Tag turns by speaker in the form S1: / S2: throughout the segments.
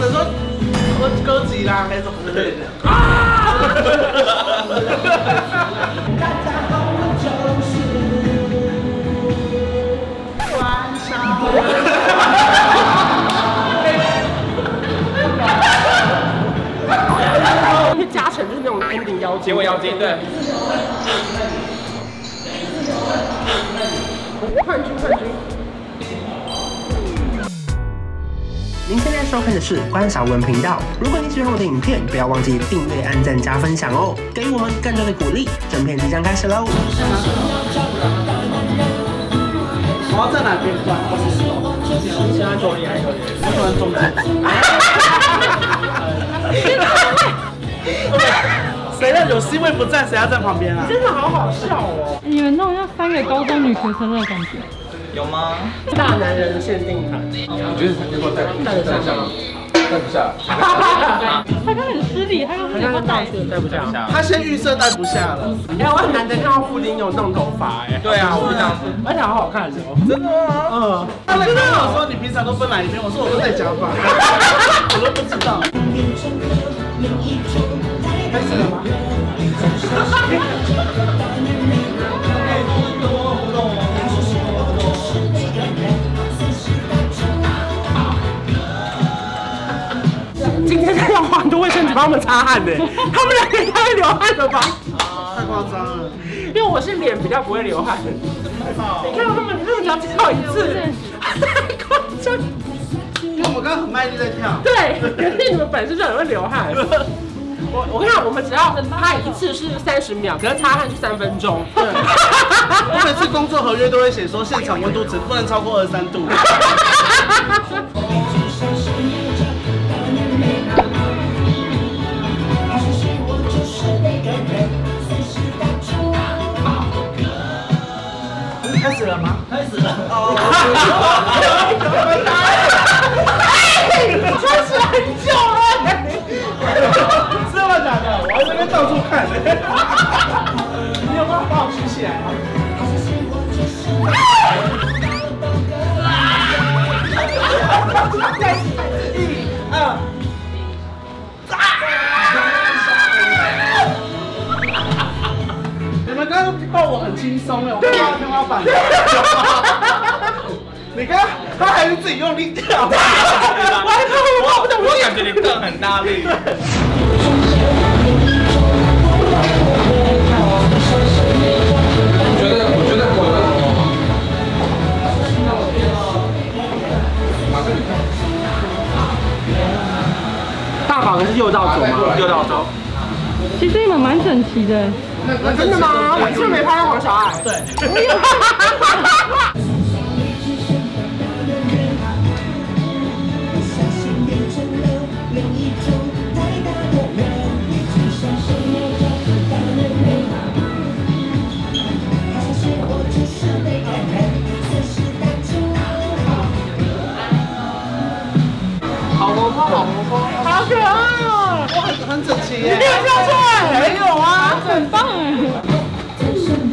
S1: 者说歌歌吉啦那种之类的。
S2: 大家好，我就是关少。
S3: 因为嘉诚就是那种 ending 妖精，
S4: 结尾妖精对，
S3: 冠军冠军。
S5: 您现在收看的是关少文频道。如果你喜欢我的影片，不要忘记订阅、按赞、加分享哦，给予我们更多的鼓励。正片即将开始喽！
S1: 我要在哪边关？
S3: 现在中年，
S1: 我喜欢中间。谁让有 C 位不站，谁要站旁边啊？
S3: 真的好好笑哦！
S6: 你们那种像三个高中女学生那种感觉。
S4: 有吗？
S3: 大男人限定款，
S7: 你觉得如果带带得下吗？带不下。
S6: 他刚很失礼，他刚
S3: 好
S6: 刚
S3: 像
S6: 不
S3: 是道
S6: 带。
S3: 歉，对不对？
S1: 他先预设带不下了。
S3: 哎，我很难得看到布丁有弄头发，哎，
S4: 对啊，我就这样子。
S3: 而且好好看哦。
S1: 真的吗？嗯。他那个跟我说你平常都分哪一边，我说我都在讲 法，我都不知道。开始了吗？
S3: 今天他要花很多卫生纸帮我们擦汗呢，他们两个也太会流汗了吧？
S1: 太夸张了。
S3: 因为我是脸比较不会流汗。你看他们，你真的只要介绍一次，太夸张。
S1: 因为我刚刚很卖力在跳。
S3: 对，可是你们本身就很会流汗。我我跟你讲，我们只要拍一次是三十秒，可是擦汗就三分 钟。
S1: 我每次工作合约都会写说现场温度值不能超过二三度。开始了吗？开始了。哦。
S3: 穿起来很久了，
S1: 真的假的？我还在那边到处看。你有办法帮我举起来吗？你们刚刚抱我很轻松哎，我抱到天花板了。你刚刚他还是自己用力跳。
S3: 我还怕我抱不动，
S4: 我感觉你更很大力。
S7: 我觉得，我觉得我的。马上你看，
S3: 大膀是右到左吗？右到左。
S6: 其实你们蛮整齐的，
S3: 真的吗？我就没拍到黄小爱。对。好活泼，好活泼，好可爱哦！
S1: 我很很整齐耶
S3: 没。有跳错哎，没有啊。
S6: 很棒哎！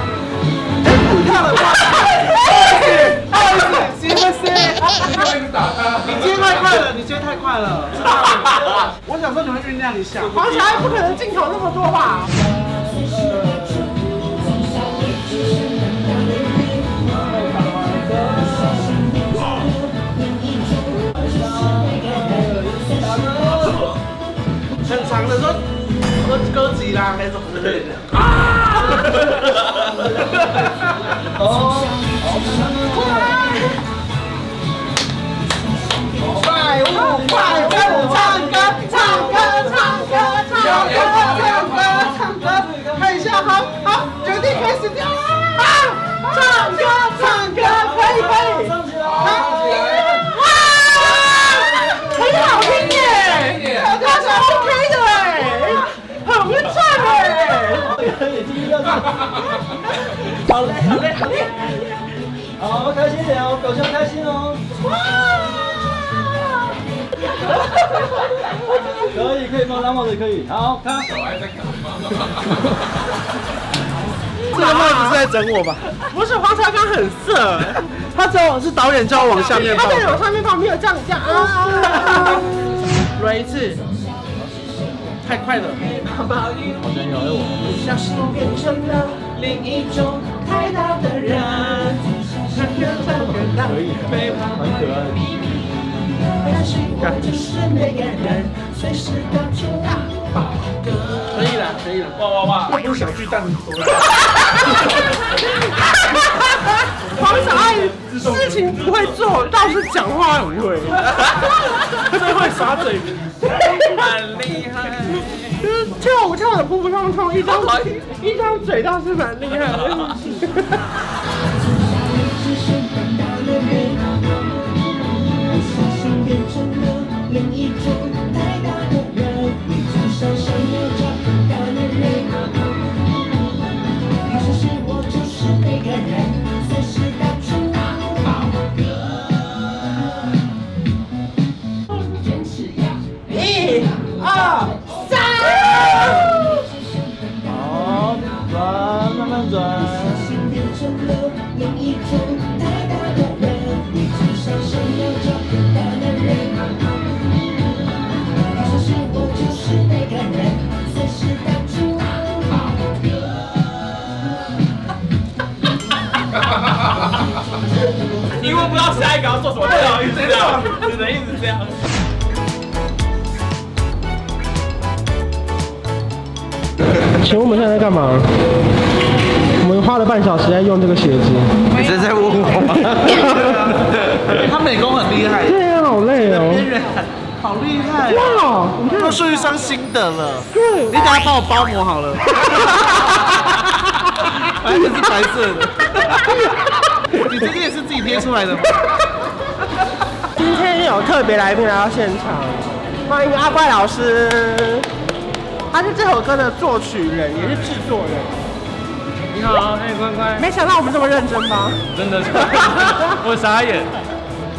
S1: 你看了吗？二十，行不行？
S7: 你要一直打他。
S1: 你今天太快了，你今天太快了。我想说你们酝酿一下。
S3: 黄小爱不可能镜头那么多吧？
S1: 很长的说说歌吉啦那种之类的。
S3: 快舞，快舞，唱歌，唱歌，唱歌，唱歌，唱歌，唱歌，看一下，好好，决定开始跳啦！啊，唱歌，唱歌，可以，可以，啊，很好听耶，大家 OK 的哎，很会唱哎。
S1: 好嘞，好嘞，好嘞。好，开心点哦，狗熊开心哦。可以，可以吗？拉帽子可以。好，看。
S7: 小孩在干嘛？
S1: 这个帽子是在整我吧？
S3: 不是黄朝刚很色，
S1: 他知道是导演叫我往下面
S3: 他
S1: 抱，
S3: 在我上面旁边有这样这样啊， 来一次，太快了，
S2: 小心变成了另一种太大的人，让人很热闹，背叛但是我就是那个人，随时都出来。
S3: 啊可以了，可以了。
S4: 哇哇哇！
S1: 不想去蛋壳。
S3: 黄小爱事情不会做，倒是讲话很会，
S1: 最会耍嘴皮，
S4: 很厉害，
S3: 就是跳舞跳的扑扑通通，一张一张嘴倒是蛮厉害的。
S2: 变成了另一种太大的人，你至少想要找到的人。你只是我，就是那个人，随时到处打饱嗝。坚持要一、二、三。
S1: 好，转慢慢转。
S2: 变成了另一种太大的人，你至少想要找到的人。你说是我就是那个人，随时到处好歌。
S4: 因为不知道下一个要做什么，只好一直这样，只能一直这样。
S1: 请问我们现在在干嘛？我们花了半小时在用这个鞋子。
S4: 你是在问我吗？
S1: 他美工很厉害，
S3: 对啊，好累哦。
S1: 好厉害！
S3: 哇，你看
S1: 又是一双新的了。
S3: 对
S1: 你等下帮我包膜好 了。反正是白色的。你这个也是自己贴出来的吗？
S3: 今天有特别来宾来到现场，欢迎阿怪老师，他是这首歌的作曲人，也是制作人。
S1: 你好，哎，关关，
S3: 没想到我们这么认真吗？
S8: 真 的是，我傻眼。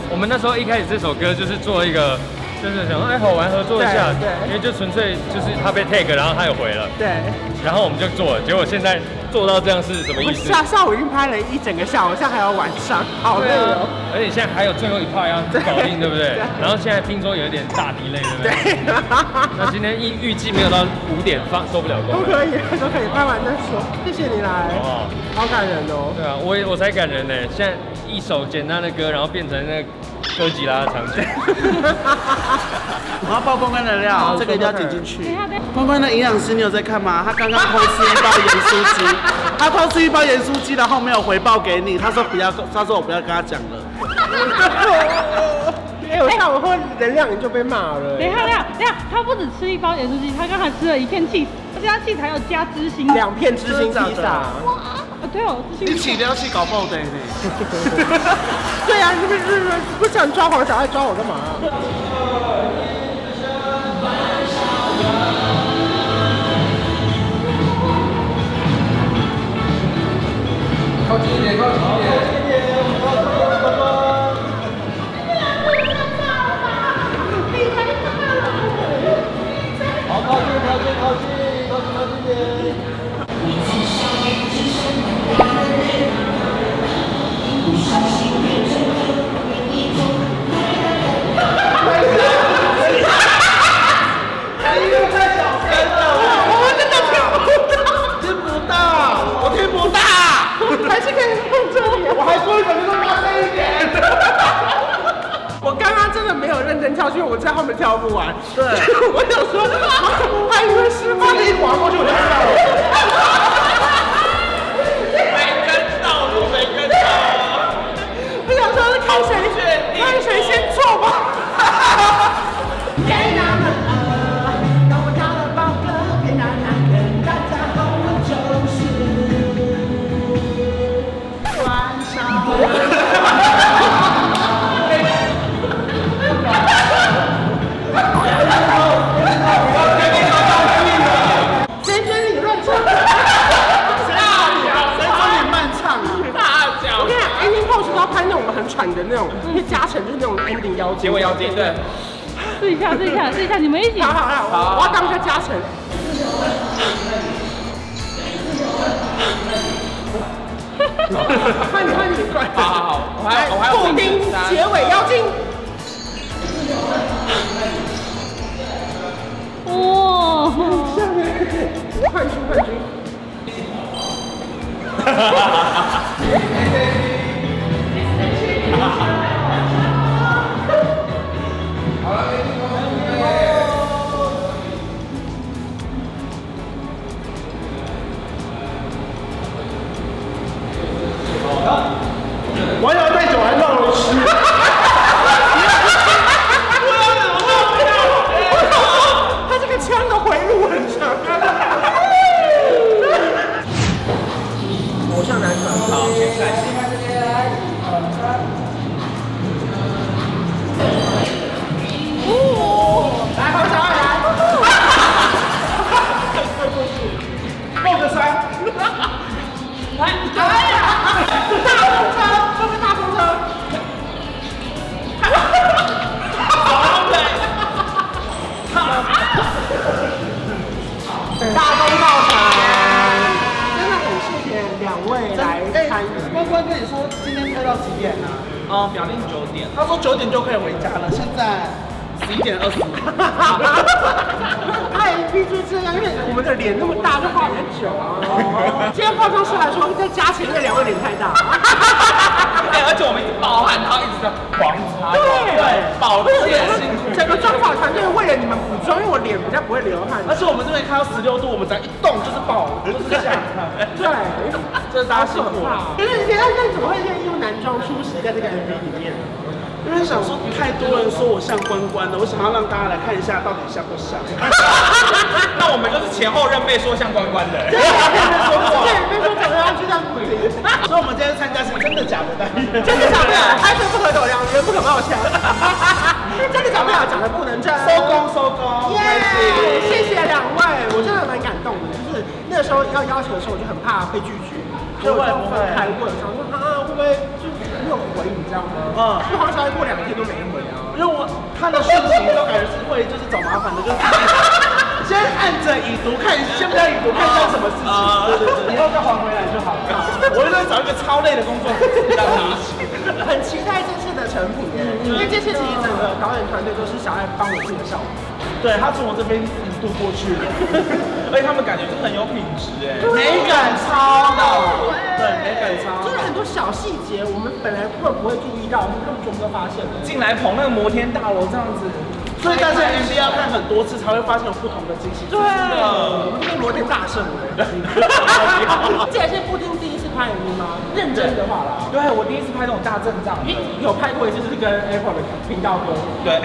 S8: 我们那时候一开始这首歌就是做一个，就是想说哎好玩合作一下，
S3: 对对
S8: 因为就纯粹就是他被 take，然后他也回了，
S3: 对，
S8: 然后我们就做了，结果现在做到这样是什么
S3: 我
S8: 意思？
S3: 下下午已经拍了一整个下午，现在还要晚上，好累
S8: 对
S3: 哦。，
S8: 啊 而且现在还有最后一 part 要搞定，对不对
S3: 对？
S8: 然后现在听说有一点大滴泪，对不对？
S3: 对，
S8: 那今天预预计没有到五点放收不了
S3: 都
S8: 工 了，
S3: 可以，都可以拍完再说。谢谢你来
S8: 好不，
S3: 好
S8: 好？
S3: 感人哦。
S8: 对啊，我也我才感人呢，现在一首简单的歌，然后变成那个哥吉拉的场景。
S1: 我要爆关关的料，这个一定要剪进
S6: 等一
S1: 去。
S6: 下，等一下
S1: 关关的营养师，你有在看吗？他刚刚偷吃一包盐酥鸡，他偷吃一包盐酥鸡，然 后没有回报给你。他说不要，他说我不要跟他讲了。
S3: 哎、我下午喝能量你就被骂了、
S6: 等一下，等一下，等一下，他不止吃一包盐酥鸡，他刚才吃了一片 cheese，而且他 cheese 还有加芝心。
S3: 两片知心披萨。
S6: 啊，对哦，芝
S1: 你
S6: 心。
S1: 起撩起搞爆的呢？
S3: 对呀、啊，你不是不想抓黄小爱抓我干嘛、
S7: 靠近一点，靠近一点。好，靠近，靠近，靠近，靠近，靠近一点。
S1: 听不到，我听不到。
S3: 还是可以放这里、我还说你们都大声一点。我刚刚真的没有认真跳，因为我知道他们跳不完。对，我想说，我还以为是他一滑过去我就知道了。没跟到，我没跟到。我想说，看谁看谁先错吧。
S2: 给他们啊，让我他们饱嗝，给那男人，大家好，我就是关少文。
S3: 谁觉得你乱唱？
S1: 谁说你慢唱啊？
S3: 我跟你讲，ending pose 都要拍那种很喘的那种，去加成就是那种 ending 腰间。
S4: 结尾要进对，
S6: 试一下，试一下，试一下，你们一起
S3: 好。好好，我要当一下加成。 快点快点，
S4: 好好好，我还有我还有
S3: 布丁结尾妖精，
S6: 哇，
S3: 快出快出。
S1: 我要带酒还让我吃。
S3: 他这个枪的回路很长啊。偶像男团，好，来，好，小二来。
S1: 抱着山，
S3: 哎呀，大风车，这是大风车。大功告成，真的很谢谢两位来参与。
S1: 关关跟你说今天开到几点啊？
S4: 哦，表定九点，
S1: 他说九点就可以回家了，现在
S4: 十一点二十五。
S3: 哎，必须这样，因为我们的脸那么大，就画很久 啊。今天化妆师来说，再加前面两个脸太大。
S4: 哎，而且我们一直暴汗，然后一直在狂擦，
S3: 对
S4: 抱歉辛苦。
S3: 整个妆发团队为了你们补妆，因为我脸比较不会流汗。
S1: 而且我们这边开到十六度，我们只要一动就是爆，就是这样。
S3: 对，
S4: 这是大家辛苦了。
S3: 可是你看，那怎么会愿意用男装出席在这个 MV 里面？
S1: 因为想说太多人说我像关关了，我想要让大家来看一下到底像不像。
S4: 那我们就是前后任被说像关关的。
S3: 对，被说长得要去当鬼，
S1: 所以我们今天参加是真的假的单元，
S3: 真的长不了，爱是不可斗量，人不可貌相。真的长不了，长得不能真。
S1: 收工收工，
S3: 耶
S1: 开心！
S3: 谢谢两位，我真的蛮感动的。就是那个时候要邀请的时候，我就很怕被拒绝，所以我就开问，想说啊，会不会就没有回，你知道吗？嗯，就好像过两天都没回啊。
S1: 因为我看的讯息都感觉是会就是找麻烦的，就是先按着已读看，先不要已读看一下什么事情，对对对，以后再还回来就好了。我一定会找一个超累的工作让你一起。
S3: 很期待这次的成品耶，因为这次其实整个导演团队都是小爱帮我介绍的。
S1: 对他从我这边一度过去了，
S4: 而且他们感觉真的很有品质哎。
S1: 美感超好，对美感超
S3: 就是很多小细节，我们本来根本不会注意到，我们根本就没有发现的。
S4: 进来捧那个摩天大楼这样子，
S1: 所以大家 MV 要看很多次才会发现有不同的惊喜。
S3: 对，啊我们这罗天大 圣了。这也是布丁第一次拍 MV 吗？认真的话啦，
S4: 对我第一次拍那种大阵仗，
S3: 因为有拍过一次就是跟 Apple 的频道合作，
S4: 对，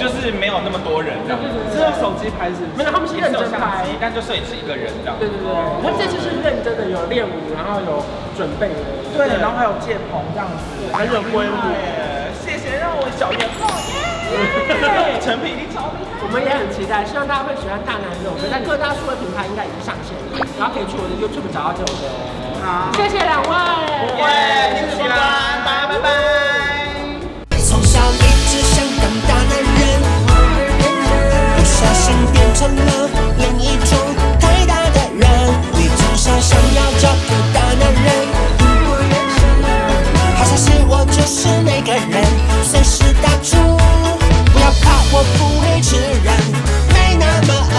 S4: 就是没有那么多人这样，
S1: 是用手机拍是不
S3: 没
S1: 是？
S3: 有他们是认
S4: 只有
S3: 真
S4: 相
S3: 拍。
S4: 机，但就摄影师一个人这样。
S3: 对对对，他们这次是认真的，有练舞，然后有准备的。
S4: 对，然后还有借棚这样子，
S1: 很有规律。
S4: 哎谢谢让我小圆梦，耶成品一定超厉害。
S3: 我们也很期待，希望大家会喜欢大男人。我们在各大数位平台应该已经上线了，然嗯后可以去我的 YouTube 找到这首歌。好，谢谢两位，
S4: 耶，谢谢啦，大家拜拜。
S2: 从小一直想当大男人，不小心变成了另一种太大的人。你从小想要找个大男人，好消息我就是那个人，随时打住，不要怕，我不会吃人，没那么饿。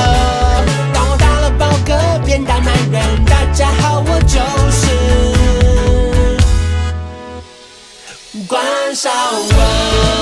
S2: 当我打了饱嗝变大男人，大家好，我就是关少文。